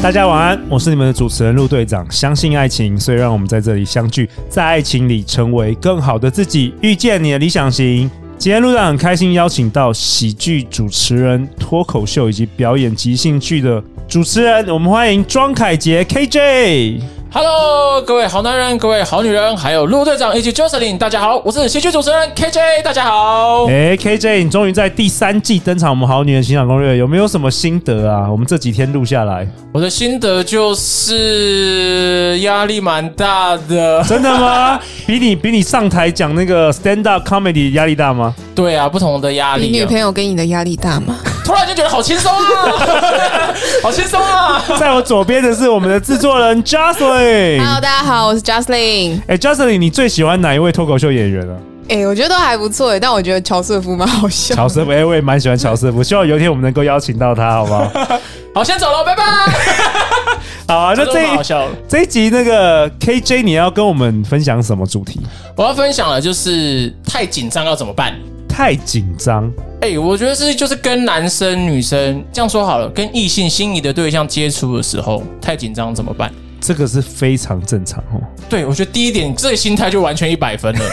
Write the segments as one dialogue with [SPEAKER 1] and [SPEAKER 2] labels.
[SPEAKER 1] 大家晚安，我是你们的主持人陆队长。相信爱情，所以让我们在这里相聚，在爱情里成为更好的自己，遇见你的理想型。今天陆队长很开心邀请到喜剧主持人、脱口秀以及表演即兴剧的主持人，我们欢迎庄凯杰 KJ。
[SPEAKER 2] Hello，各位好男人，各位好女人，还有陆队长以及 Jocelyn，大家好，我是喜剧主持人 KJ，大家好。
[SPEAKER 1] 哎、k j 你终于在第三季登场，我们好女人情感攻略有没有什么心得啊？我们这几天录下来，
[SPEAKER 2] 我的心得就是压力蛮大的，
[SPEAKER 1] 真的 吗？比你比你上台讲那个 stand up comedy 压力大吗？
[SPEAKER 2] 对啊，不同的压
[SPEAKER 3] 你
[SPEAKER 2] 力、
[SPEAKER 3] 女
[SPEAKER 2] 啊。
[SPEAKER 3] 朋友给你的压力大吗？
[SPEAKER 2] 突然就觉得好轻松啊，好轻松啊。
[SPEAKER 1] 在我左边的是我们的制作人 Jocelyn。
[SPEAKER 3] Hello，大家好，我是 Justin。
[SPEAKER 1] 哎、j o c e l y n 你最喜欢哪一位脱口秀演员啊？
[SPEAKER 3] 哎、我觉得都还不错耶，但我觉得乔瑟夫蛮好笑。
[SPEAKER 1] 乔师傅，哎、我也蛮喜欢乔师傅，希望有一天我们能够邀请到他，好不 好？
[SPEAKER 2] 好，先走了，拜拜。
[SPEAKER 1] 好啊， 那这
[SPEAKER 2] 真的蛮好
[SPEAKER 1] 一
[SPEAKER 2] 笑的。
[SPEAKER 1] 这一集那个 KJ，你要跟我们分享什么主题？
[SPEAKER 2] 我要分享的就是太紧张要怎么办。
[SPEAKER 1] 太紧张，
[SPEAKER 2] 哎、我觉得是就是跟男生女生这样说好了，跟异性心仪的对象接触的时候太紧张怎么办？
[SPEAKER 1] 这个是非常正常哦。
[SPEAKER 2] 对，我觉得第一点，这个心态就完全一百分了，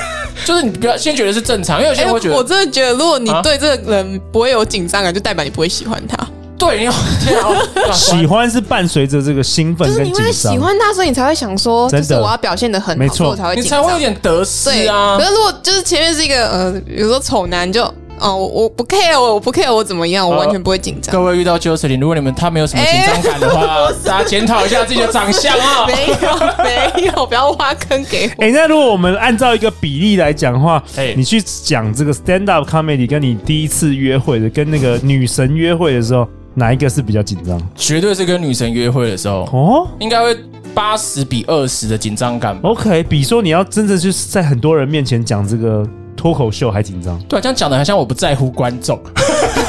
[SPEAKER 2] 就是你不要先觉得是正常，因为有些
[SPEAKER 3] 哎、
[SPEAKER 2] 人会觉得，
[SPEAKER 3] 我真的觉得，如果你
[SPEAKER 2] 啊
[SPEAKER 3] 对这个人不会有紧张感，就代表你不会喜欢他。
[SPEAKER 2] 对，你好天 啊，我
[SPEAKER 1] 喜欢是伴随着这个兴奋
[SPEAKER 3] 就是
[SPEAKER 1] 跟
[SPEAKER 3] 你
[SPEAKER 1] 紧
[SPEAKER 3] 会喜
[SPEAKER 1] 张，
[SPEAKER 3] 欢他，所以你才会想说，
[SPEAKER 1] 真
[SPEAKER 3] 就
[SPEAKER 1] 的
[SPEAKER 3] 是我要表现的很
[SPEAKER 1] 没
[SPEAKER 3] 好，
[SPEAKER 1] 错
[SPEAKER 3] 所以我才会
[SPEAKER 2] 你
[SPEAKER 3] 紧
[SPEAKER 2] 才
[SPEAKER 3] 张。
[SPEAKER 2] 会有点得失
[SPEAKER 3] 对
[SPEAKER 2] 啊
[SPEAKER 3] 可。是如果就是前面是一个呃，比如说丑男就，哦，我我不 care，我我不 care 我怎么样，我完全不会紧张。
[SPEAKER 2] 各位遇到 Jocelyn，如果你们他没有什么紧张感的话，大家检讨一下自己的长相啊。
[SPEAKER 3] 没有没有，不要挖坑给我。
[SPEAKER 1] 哎、那如果我们按照一个比例来讲的话，
[SPEAKER 2] 哎
[SPEAKER 1] 你去讲这个 stand up comedy，跟你第一次约会的，跟那个女神约会的时候，哪一个是比较紧张？
[SPEAKER 2] 绝对是跟女神约会的时候，
[SPEAKER 1] 哦
[SPEAKER 2] 应该会八十比二十的紧张感吧。
[SPEAKER 1] ，OK，比如说你要真的就是在很多人面前讲这个脱口秀还紧张，
[SPEAKER 2] 对啊，这样讲的好像我不在乎观众，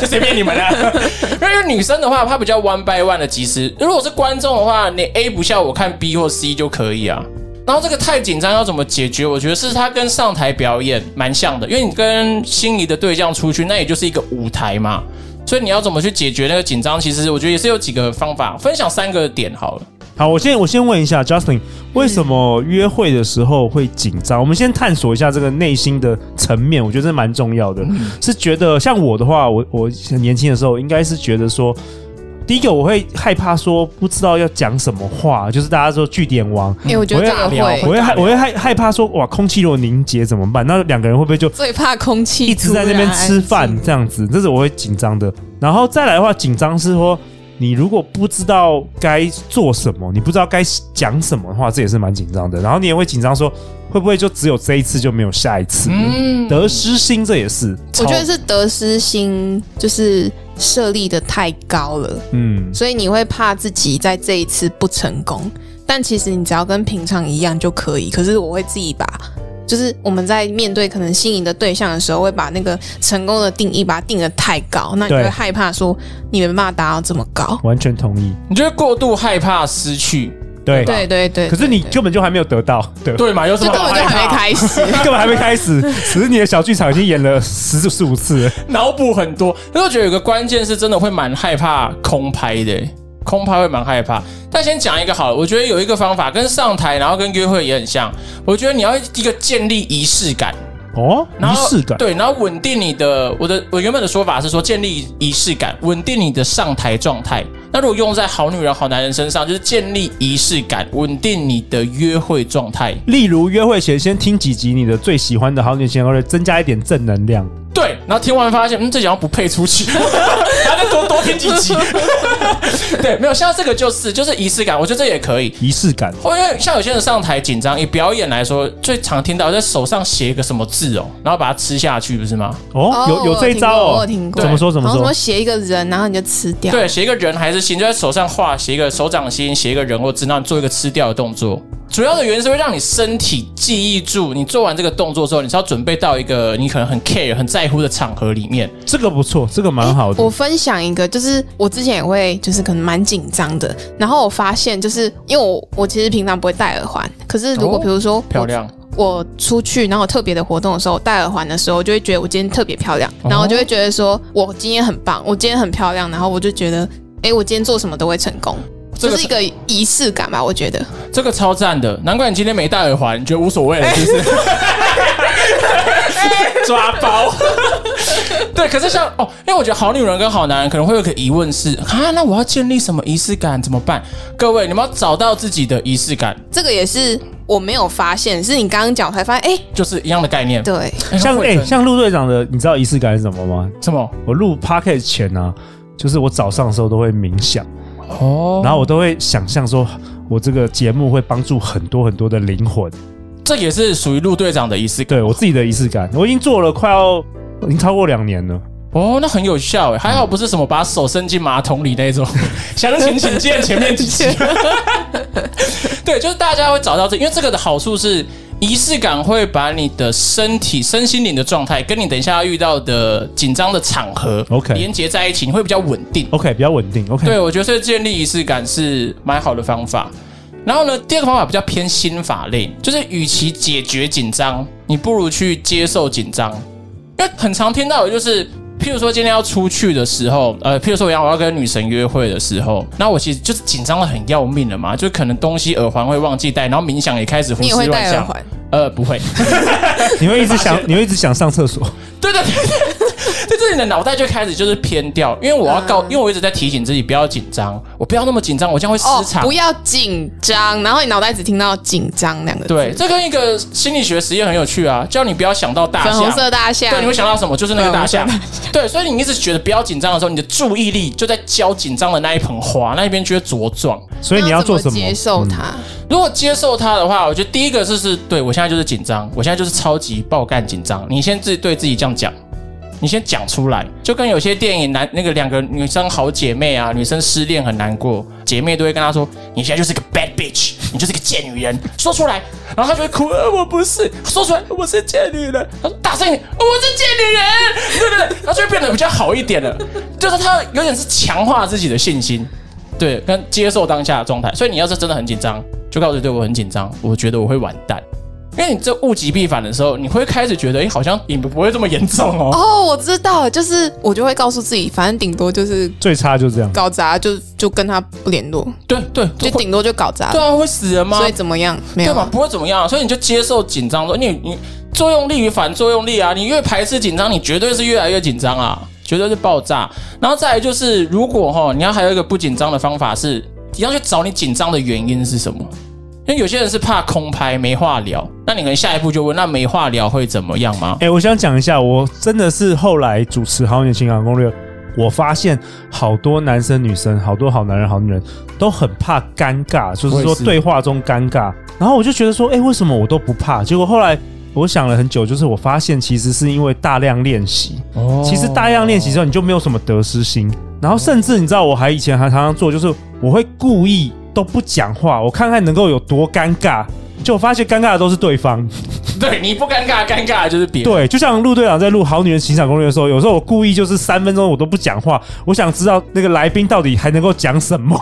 [SPEAKER 2] 就随便你们啊了。因为女生的话，她比较 one by one 的及时；如果是观众的话，你 A 不笑，我看 B 或 C 就可以啊。然后这个太紧张要怎么解决？我觉得是它跟上台表演蛮像的，因为你跟心仪的对象出去，那也就是一个舞台嘛。所以你要怎么去解决那个紧张？其实我觉得也是有几个方法，分享三个点好了。
[SPEAKER 1] 好，我先我先问一下 Justin，为什么约会的时候会紧张？我们先探索一下这个内心的层面，我觉得这蛮重要的。是觉得像我的话，我我很年轻的时候应该是觉得说，第一个我会害怕说不知道要讲什么话，就是大家说据点王。
[SPEAKER 3] 哎、我觉得这个
[SPEAKER 2] 我会尬
[SPEAKER 3] 会
[SPEAKER 1] 我。会害，我会害害怕说哇，空气如果凝结怎么办？那两个人会不会就
[SPEAKER 3] 最怕空气
[SPEAKER 1] 一直在那边吃饭这样子？这是我会紧张的。然后再来的话，紧张是说你如果不知道该做什么，你不知道该讲什么的话，这也是蛮紧张的。然后你也会紧张说会不会就只有这一次就没有下一次？
[SPEAKER 2] 嗯，
[SPEAKER 1] 得失心这也是，
[SPEAKER 3] 我觉得
[SPEAKER 1] 超
[SPEAKER 3] 是得失心就是设立的太高了，
[SPEAKER 1] 嗯，
[SPEAKER 3] 所以你会怕自己在这一次不成功。但其实你只要跟平常一样就可以。可是我会自己把，就是我们在面对可能心仪的对象的时候，会把那个成功的定义把它定的太高，那你
[SPEAKER 1] 对
[SPEAKER 3] 会害怕说你没办法达到这么高。
[SPEAKER 1] 完全同意。
[SPEAKER 2] 你就会过度害怕失去，
[SPEAKER 1] 对，
[SPEAKER 3] 对对对，
[SPEAKER 1] 可是你
[SPEAKER 3] 对
[SPEAKER 1] 根本就还没有得到，对。
[SPEAKER 2] 对嘛？有什么
[SPEAKER 3] 就根
[SPEAKER 2] 好
[SPEAKER 3] 本就
[SPEAKER 2] 害
[SPEAKER 3] 还没
[SPEAKER 2] 怕？
[SPEAKER 3] 开始。
[SPEAKER 1] 根本还没开始，只是你的小剧场已经演了十四五次了。
[SPEAKER 2] 脑补很多。但是我觉得有个关键是真的会蛮害怕空拍的欸，空拍会蛮害怕。但先讲一个好了，我觉得有一个方法跟上台，然后跟约会也很像。我觉得你要一个建立仪式感，
[SPEAKER 1] 哦，
[SPEAKER 2] 然
[SPEAKER 1] 仪
[SPEAKER 2] 后
[SPEAKER 1] 式感。
[SPEAKER 2] 对，然后稳定你的。我的我原本的说法是说建立仪式感，稳定你的上台状态。那如果用在好女人、好男人身上，就是建立仪式感，稳定你的约会状态。
[SPEAKER 1] 例如约会前先听几集你的最喜欢的好女人情感攻略，增加一点正能量。
[SPEAKER 2] 对，然后听完发现，嗯，这好像不配出去，然后再多多听几集。对，没有，像这个就是就是仪式感，我觉得这也可以。
[SPEAKER 1] 仪式感。
[SPEAKER 2] 或因为像有些人上台紧张，以表演来说，最常听到在手上写一个什么字哦，然后把它吃下去，不是吗？
[SPEAKER 1] 哦，有有这一招
[SPEAKER 3] 我有
[SPEAKER 1] 哦，
[SPEAKER 3] 听过，
[SPEAKER 1] 怎么说怎么
[SPEAKER 3] 然后什
[SPEAKER 1] 说
[SPEAKER 3] 么？写一个人，然后你就吃掉。
[SPEAKER 2] 对，写一个人还是心，就在手上画，写一个手掌心，写一个人或字，然后你做一个吃掉的动作。主要的原因是会让你身体记忆住，你做完这个动作之后，你是要准备到一个你可能很 care、很在乎的场合里面。
[SPEAKER 1] 这个不错，这个蛮好的
[SPEAKER 3] 我。分享一个，就是我之前也会，就是可能蛮紧张的。然后我发现，就是因为我我其实平常不会戴耳环，可是如果
[SPEAKER 2] 哦
[SPEAKER 3] 比如说我
[SPEAKER 2] 漂亮，
[SPEAKER 3] 我出去，然后有特别的活动的时候，我戴耳环的时候，我就会觉得我今天特别漂亮，
[SPEAKER 2] 哦
[SPEAKER 3] 然后我就会觉得说我今天很棒，我今天很漂亮，然后我就觉得，哎，我今天做什么都会成功，
[SPEAKER 2] 这
[SPEAKER 3] 这
[SPEAKER 2] 个
[SPEAKER 3] 是一个仪式感吧？我觉得，
[SPEAKER 2] 这个超赞的，难怪你今天没戴耳环，你觉得无所谓了，是不是？抓包。对，可是像哦，因为我觉得好女人跟好男人可能会有个疑问是啊，那我要建立什么仪式感怎么办？各位，你们要找到自己的仪式感，
[SPEAKER 3] 这个也是我没有发现，是你刚刚讲我才发现，哎，
[SPEAKER 2] 就是一样的概念。
[SPEAKER 3] 对，
[SPEAKER 2] 哎
[SPEAKER 1] 像
[SPEAKER 2] 慧
[SPEAKER 1] 哎、
[SPEAKER 2] 珍
[SPEAKER 1] 像陆队长的，你知道仪式感是什么吗？
[SPEAKER 2] 什么？
[SPEAKER 1] 我录 p o c a s t 前呢、啊，就是我早上的时候都会冥想，
[SPEAKER 2] 哦，
[SPEAKER 1] 然后我都会想象说，我这个节目会帮助很多很多的灵魂，
[SPEAKER 2] 这也是属于陆队长的仪式感。
[SPEAKER 1] 对我自己的仪式感，我已经做了快要已经超过两年了。
[SPEAKER 2] 哦，那很有效哎，还好不是什么把手伸进马桶里那种。详情请见前面几集。 对，就是大家会找到这，因为这个的好处是仪式感会把你的身体、身心灵的状态跟你等一下要遇到的紧张的场合
[SPEAKER 1] OK
[SPEAKER 2] 连接在一起，你会比较稳定。
[SPEAKER 1] OK，比较稳定。OK，
[SPEAKER 2] 对，我觉得所以建立仪式感是蛮好的方法。然后呢，第二个方法比较偏心法类，就是与其解决紧张，你不如去接受紧张。因为很常听到的就是，譬如说今天要出去的时候，呃，譬如说我要我要跟女神约会的时候，那我其实就是紧张的很要命了嘛，就可能东西耳环会忘记带，然后冥想也开始胡
[SPEAKER 3] 你也
[SPEAKER 2] 思
[SPEAKER 3] 会
[SPEAKER 2] 乱
[SPEAKER 3] 戴耳
[SPEAKER 2] 想。
[SPEAKER 3] 环，
[SPEAKER 2] 呃，不会。
[SPEAKER 1] 你会一直想，你会一直想上厕所。
[SPEAKER 2] 对对对对，对，就是你的脑袋就开始就是偏掉，因为我要告，因为我一直在提醒自己不要紧张，我不要那么紧张，我这样会失
[SPEAKER 3] 哦，
[SPEAKER 2] 常。
[SPEAKER 3] 不要紧张，然后你脑袋只听到紧张两个字，
[SPEAKER 2] 对，这跟一个心理学实验很有趣啊，叫你不要想到大
[SPEAKER 3] 粉红色
[SPEAKER 2] 象。
[SPEAKER 3] 大象，
[SPEAKER 2] 对，你会想到什么？就是那个大象
[SPEAKER 3] 粉红。
[SPEAKER 2] 对，所以你一直觉得不要紧张的时候，你的注意力就在浇紧张的那一盆花，那一边就会茁壮。
[SPEAKER 1] 所以你要做什么？
[SPEAKER 3] 接受它。
[SPEAKER 2] 如果接受它的话，我觉得第一个就是，对我现在就是紧张，我现在就是超级爆干紧张。你先自己对自己这样讲，你先讲出来，就跟有些电影男那个两个女生好姐妹啊，女生失恋很难过，姐妹都会跟她说：“你现在就是个 bad bitch，你就是个贱女人。”说出来，然后她就会哭：“呃，我不是。”说出来，我是贱女人。她说：“大声一点，我是贱女人。”对对对，她就会变得比较好一点了。就是她有点是强化自己的信心。对，跟接受当下的状态。所以你要是真的很紧张，就告诉自己对我很紧张，我觉得我会完蛋。因为你这物极必反的时候，你会开始觉得，哎、好像也不会这么严重哦。
[SPEAKER 3] 哦，我知道了，就是我就会告诉自己，反正顶多就是
[SPEAKER 1] 最差就这样。
[SPEAKER 3] 搞砸，就就跟他不联络，
[SPEAKER 2] 对对，
[SPEAKER 3] 就
[SPEAKER 2] 会
[SPEAKER 3] 顶多就搞砸
[SPEAKER 2] 对
[SPEAKER 3] 了。
[SPEAKER 2] 啊，会死人吗
[SPEAKER 3] 所？以怎么样？没
[SPEAKER 2] 对
[SPEAKER 3] 有
[SPEAKER 2] 嘛，
[SPEAKER 3] 啊，
[SPEAKER 2] 不会怎么样、所以你就接受紧张的，你你作用力与反作用力啊，你越排斥紧张，你绝对是越来越紧张啊，绝对是爆炸。然后再来就是，如果哈、你要还有一个不紧张的方法是，你要去找你紧张的原因是什么。因为有些人是怕空拍没话聊，那你可能下一步就问，那没话聊会怎么样吗？
[SPEAKER 1] 哎、我想讲一下，我真的是后来主持《好女人情感攻略》，我发现好多男生、女生，好多好男人、好女人都很怕尴尬，就
[SPEAKER 2] 我
[SPEAKER 1] 是
[SPEAKER 2] 也
[SPEAKER 1] 说
[SPEAKER 2] 是
[SPEAKER 1] 对话中尴尬。然后我就觉得说，哎、为什么我都不怕？结果后来我想了很久，就是我发现其实是因为大量练习。
[SPEAKER 2] 哦
[SPEAKER 1] 其实大量练习之后，你就没有什么得失心。然后甚至你知道，我还以前还常常做，就是我会故意都不讲话，我看看能够有多尴尬。就我发现尴尬的都是对方，
[SPEAKER 2] 对你不尴尬，尴尬的就是别人。
[SPEAKER 1] 对，就像陆队长在录《好女人情场攻略》的时候，有时候我故意就是三分钟我都不讲话，我想知道那个来宾到底还能够讲什 么。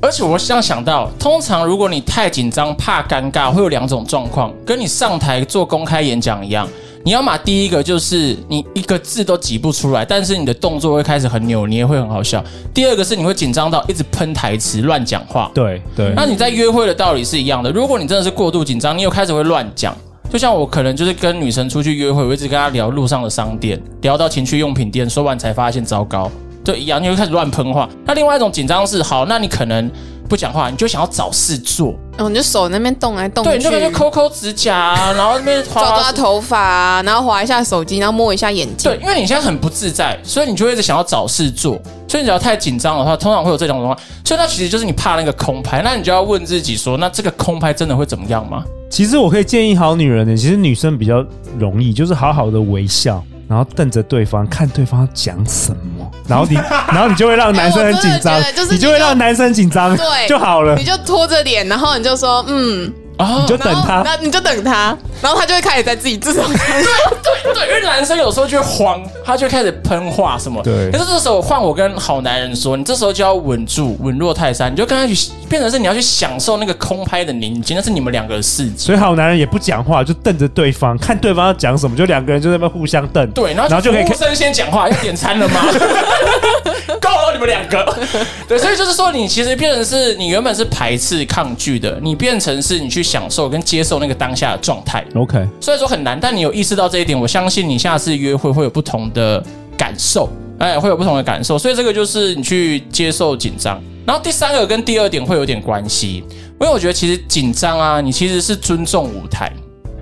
[SPEAKER 2] 而且我这样想到，通常如果你太紧张、怕尴尬，会有两种状况，跟你上台做公开演讲一样。你要嘛第一个就是你一个字都挤不出来，但是你的动作会开始很扭捏，会很好笑。第二个是你会紧张到一直喷台词、乱讲话。
[SPEAKER 1] 对对，
[SPEAKER 2] 那你在约会的道理是一样的。如果你真的是过度紧张，你又开始会乱讲。就像我可能就是跟女生出去约会，我一直跟她聊路上的商店，聊到情趣用品店，说完才发现糟糕，就一样，你会开始乱喷话。那另外一种紧张是，好，那你可能不讲话，你就想要找事做，
[SPEAKER 3] 哦，你就手那边动来动
[SPEAKER 2] 对，
[SPEAKER 3] 去，
[SPEAKER 2] 你就可以去抠抠指甲、 啊，然后那边
[SPEAKER 3] 抓
[SPEAKER 2] 滑
[SPEAKER 3] 抓头发啊，然后划一下手机，然后摸一下眼睛。
[SPEAKER 2] 对，因为你现在很不自在，所以你就会一直想要找事做。所以你只要太紧张的话，通常会有这种状况。所以那其实就是你怕那个空拍，那你就要问自己说，那这个空拍真的会怎么样吗？
[SPEAKER 1] 其实我可以建议好女人呢，其实女生比较容易，就是好好的微笑，然后瞪着对方，看对方要讲什么，然 后你，然后你就会让男生很紧张
[SPEAKER 3] 哎我真的觉得就是，
[SPEAKER 1] 你就会让男生紧张，
[SPEAKER 3] 对
[SPEAKER 1] 就好了
[SPEAKER 3] 你。就拖着脸，然后你就说，嗯，
[SPEAKER 2] 啊
[SPEAKER 1] 你就等他
[SPEAKER 3] 然后那你就等他，然后他就会开始在自己自找开始。
[SPEAKER 2] 对，因为男生有时候就会慌，他就开始喷话什么。
[SPEAKER 1] 对
[SPEAKER 2] 可是这时候换我跟好男人说，你这时候就要稳住，稳若泰山，你就跟他去，变成是你要去享受那个空拍的宁静，那是你们两个的事情。
[SPEAKER 1] 所以好男人也不讲话，就瞪着对方，看对方要讲什么，就两个人就在那边互相瞪。
[SPEAKER 2] 对，然后
[SPEAKER 1] 然后就可以
[SPEAKER 2] 服务生先讲话，要点 餐了吗？ 够了，你们两个。对，所以就是说，你其实变成是你原本是排斥、抗拒的，你变成是你去享受跟接受那个当下的状态。
[SPEAKER 1] OK，
[SPEAKER 2] 虽然说很难，但你有意识到这一点，我相信你下次约会会有不同的感受，哎，会有不同的感受。所以这个就是你去接受紧张。然后第三个跟第二点会有点关系，因为我觉得其实紧张啊，你其实是尊重舞台。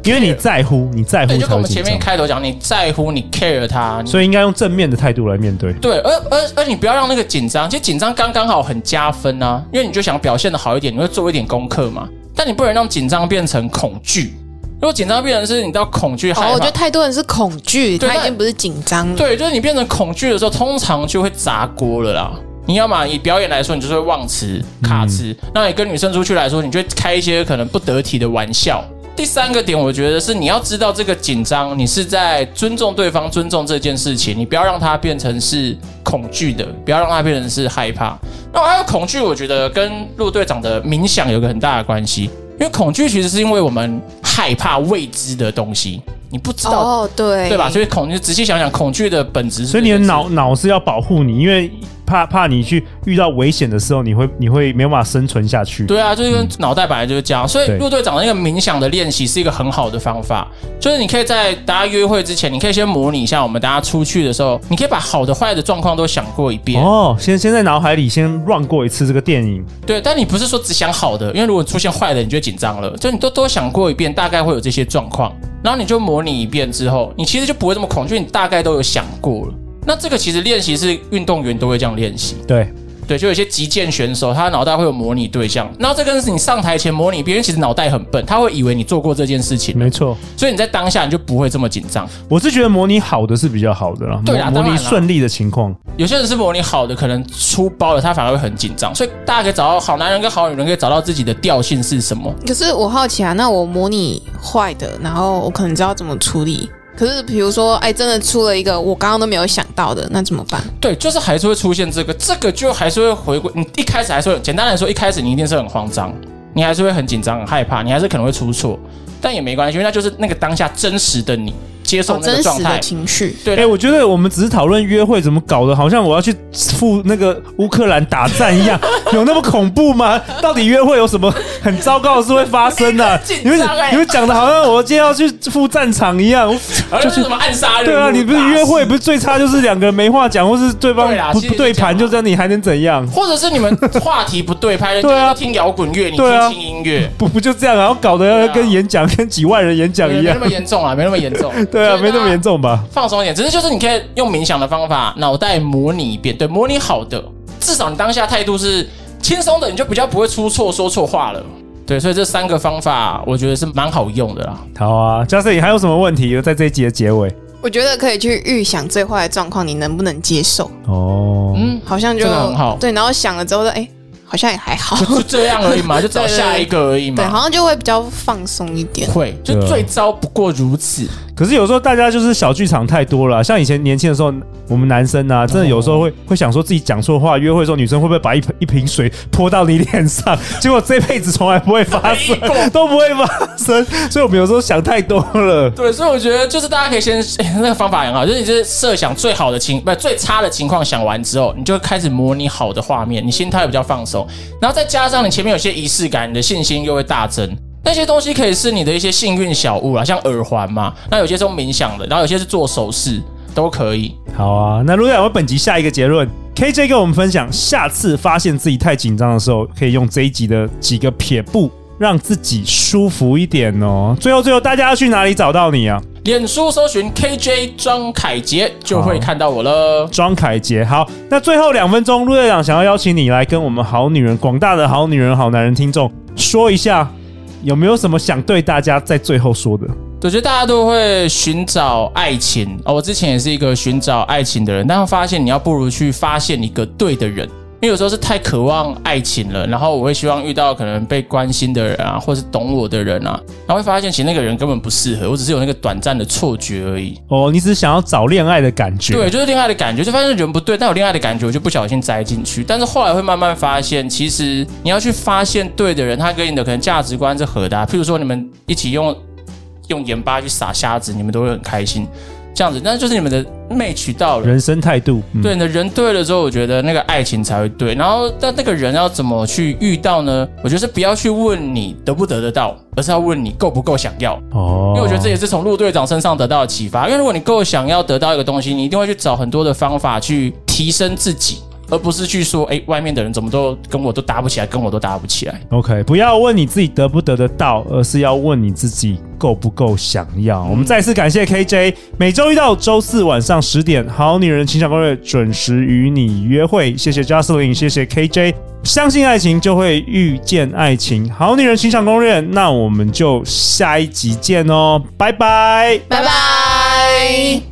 [SPEAKER 1] 因为你在乎，你在乎
[SPEAKER 2] 对，就
[SPEAKER 1] 才会
[SPEAKER 2] 跟我们前
[SPEAKER 1] 紧
[SPEAKER 2] 面
[SPEAKER 1] 张，
[SPEAKER 2] 开头讲，你在乎，你 care 他，你
[SPEAKER 1] 所以应该用正面的态度来面对。
[SPEAKER 2] 对，而而而你不要让那个紧张，其实紧张刚刚好很加分啊，因为你就想表现的好一点，你会做一点功课嘛。但你不能让紧张变成恐惧，如果紧张变成是你到恐惧害
[SPEAKER 3] 哦，我
[SPEAKER 2] 怕，
[SPEAKER 3] 觉得太多人是恐惧，
[SPEAKER 2] 对
[SPEAKER 3] 他已
[SPEAKER 2] 那
[SPEAKER 3] 经不是紧张了。
[SPEAKER 2] 对，就是你变成恐惧的时候，通常就会砸锅了啦。你要嘛以表演来说，你就是会忘词、卡词；那你跟女生出去来说，你就会开一些可能不得体的玩笑。第三个点，我觉得是你要知道这个紧张，你是在尊重对方、尊重这件事情，你不要让它变成是恐惧的，不要让它变成是害怕。那还有恐惧，我觉得跟陆队长的冥想有个很大的关系，因为恐惧其实是因为我们害怕未知的东西，你不知道
[SPEAKER 3] 哦，对，
[SPEAKER 2] 对吧？所以恐惧，仔细想想，恐惧的本质是这
[SPEAKER 1] 所
[SPEAKER 2] 件事，
[SPEAKER 1] 以你的脑脑是要保护你，因为怕怕你去遇到危险的时候，你会你会没有办法生存下去。
[SPEAKER 2] 对啊，就是跟脑袋本来就是这样。所以
[SPEAKER 1] 对
[SPEAKER 2] 陆队长的那个冥想的练习是一个很好的方法，就是你可以在大家约会之前，你可以先模拟一下我们大家出去的时候，你可以把好的、坏的状况都想过一遍。
[SPEAKER 1] 哦，先先在脑海里先 run 过一次这个电影，
[SPEAKER 2] 对，但你不是说只想好的，因为如果出现坏的，你就会紧张了。就你都多想过一遍，大概会有这些状况，然后你就模拟一遍之后，你其实就不会这么恐惧，你大概都有想过了。那这个其实练习是运动员都会这样练习。
[SPEAKER 1] 对，
[SPEAKER 2] 对，就有些击剑选手，他脑袋会有模拟对象，然后这跟是你上台前模拟，别人其实脑袋很笨，他会以为你做过这件事情，
[SPEAKER 1] 没错。
[SPEAKER 2] 所以你在当下你就不会这么紧张。
[SPEAKER 1] 我是觉得模拟好的是比较好的啦，
[SPEAKER 2] 对啊
[SPEAKER 1] 模
[SPEAKER 2] 当
[SPEAKER 1] 模
[SPEAKER 2] 然
[SPEAKER 1] 拟
[SPEAKER 2] 啦
[SPEAKER 1] 顺利的情况。
[SPEAKER 2] 有些人是模拟好的，可能出包了，他反而会很紧张。所以大家可以找到好男人跟好女人，可以找到自己的调性是什么。
[SPEAKER 3] 可是我好奇啊，那我模拟坏的，然后我可能知道怎么处理。可是比如说，哎，真的出了一个我刚刚都没有想到的，那怎么办？
[SPEAKER 2] 对，就是还是会出现这个，这个就还是会回归。你一开始还是会，简单来说，一开始你一定是很慌张，你还是会很紧张、很害怕，你还是可能会出错，但也没关系，因为那就是那个当下真实的你接受
[SPEAKER 3] 哦，
[SPEAKER 2] 那个
[SPEAKER 3] 真
[SPEAKER 2] 状
[SPEAKER 3] 实
[SPEAKER 2] 态。
[SPEAKER 3] 的情绪，
[SPEAKER 2] 对
[SPEAKER 1] 哎、我觉得我们只是讨论约会怎么搞的，好像我要去赴那个乌克兰打战一样， 有那么恐怖吗？到底约会有什么很糟糕的事会发生呢、
[SPEAKER 2] 紧
[SPEAKER 1] 你们
[SPEAKER 2] 张欸
[SPEAKER 1] 你们讲的好像我今天要去赴战场一样。
[SPEAKER 2] 而就是什么暗杀人
[SPEAKER 1] 对啊，你不是约会，不是最差就是两个人没话讲，或是对方
[SPEAKER 2] 对啦
[SPEAKER 1] 不
[SPEAKER 2] 其实
[SPEAKER 1] 不对盘，
[SPEAKER 2] 是这
[SPEAKER 1] 就
[SPEAKER 2] 样啊
[SPEAKER 1] 这样，你还能怎样？
[SPEAKER 2] 或者是你们话题不对拍，人
[SPEAKER 1] 对啊
[SPEAKER 2] 家听摇滚乐，你
[SPEAKER 1] 对啊
[SPEAKER 2] 听轻音乐，
[SPEAKER 1] 不不就这样啊，然后搞得
[SPEAKER 2] 对啊
[SPEAKER 1] 跟演讲、跟几万人演讲
[SPEAKER 2] 没
[SPEAKER 1] 一
[SPEAKER 2] 没
[SPEAKER 1] 样
[SPEAKER 2] 那。么严重啊，没那么严重。
[SPEAKER 1] 对啊，
[SPEAKER 2] 所
[SPEAKER 1] 没
[SPEAKER 2] 以
[SPEAKER 1] 那么严
[SPEAKER 2] 大家，
[SPEAKER 1] 重吧？
[SPEAKER 2] 放松一点。只是就是你可以用冥想的方法，脑袋模拟一遍，对，模拟好的，至少你当下态度是轻松的，你就比较不会出错、说错话了。对，所以这三个方法我觉得是蛮好用的啦。
[SPEAKER 1] 好啊，嘉瑟，你还有什么问题？在这一集的结尾
[SPEAKER 3] 我觉得可以去预想最坏的状况，你能不能接受？
[SPEAKER 1] 哦，
[SPEAKER 2] 嗯，
[SPEAKER 3] 好像就
[SPEAKER 2] 这个很好
[SPEAKER 3] 对，然后想了之后，哎，好像也还 好，
[SPEAKER 2] 就这样而已嘛，就找下一个而已
[SPEAKER 3] 对，
[SPEAKER 2] 嘛。
[SPEAKER 3] 好像就会比较放松一点。
[SPEAKER 2] 会，就
[SPEAKER 1] 对啊
[SPEAKER 2] 最糟不过如此。
[SPEAKER 1] 可是有时候大家就是小剧场太多了，像以前年轻的时候，我们男生啊，真的有时候会、会想说自己讲错话，约会的时候女生会不会把一盆一瓶水 泼到你脸上？ 结果这辈子从来不会发生
[SPEAKER 2] 没过，
[SPEAKER 1] 都不会发生，所以我们有时候想太多了。
[SPEAKER 2] 对，所以我觉得就是大家可以先、哎那个方法很好，就是你就是设想最好的情，不最差的情况想完之后，你就开始模拟好的画面，你心态会比较放松，然后再加上你前面有些仪式感，你的信心又会大增。那些东西可以是你的一些幸运小物啦，像耳环嘛，那有些是用冥想的，然后有些是做首饰，都可以。
[SPEAKER 1] 好啊，那陆队长，我本集下一个结论，KJ 跟我们分享，下次发现自己太紧张的时候，可以用这一集的几个撇步，让自己舒服一点哦。最后，最后，大家要去哪里找到你啊？
[SPEAKER 2] 脸书搜寻 KJ 庄凯杰就会看到我了。
[SPEAKER 1] 庄凯杰。好，那最后两分钟，陆队长想要邀请你来跟我们好女人、广大的好女人、好男人听众说一下，有没有什么想对大家在最后说的？
[SPEAKER 2] 我觉得大家都会寻找爱情哦，我之前也是一个寻找爱情的人，但发现你要不如去发现一个对的人。因为有时候是太渴望爱情了，然后我会希望遇到可能被关心的人啊，或是懂我的人啊，然后会发现其实那个人根本不适合，我只是有那个短暂的错觉而已。
[SPEAKER 1] 哦，你只是想要找恋爱的感觉，
[SPEAKER 2] 对，就是恋爱的感觉，就发现人不对，但有恋爱的感觉，我就不小心栽进去。但是后来会慢慢发现，其实你要去发现对的人，他跟你的可能价值观是合的、啊。譬如说，你们一起用用盐巴去撒虾子，你们都会很开心，这样子。但是就是你们的 match 到了，
[SPEAKER 1] 人生态度，嗯
[SPEAKER 2] 对，你的人对了之后，我觉得那个爱情才会对。然后，但那个人要怎么去遇到呢？我觉得是不要去问你得不得得到，而是要问你够不够想要。
[SPEAKER 1] 哦，
[SPEAKER 2] 因为我觉得这也是从陆队长身上得到的启发。因为如果你够想要得到一个东西，你一定会去找很多的方法去提升自己，而不是去说，哎、外面的人怎么都跟我都搭不起来，跟我都搭不起来。
[SPEAKER 1] OK，不要问你自己得不得得到，而是要问你自己够不够想要。我们再次感谢 KJ，每周一到周四晚上十点，《好女人情场攻略》准时与你约会。谢谢 Jocelyn，谢谢 KJ，相信爱情就会遇见爱情，《好女人情场攻略》，那我们就下一集见哦，拜拜。
[SPEAKER 3] 拜拜。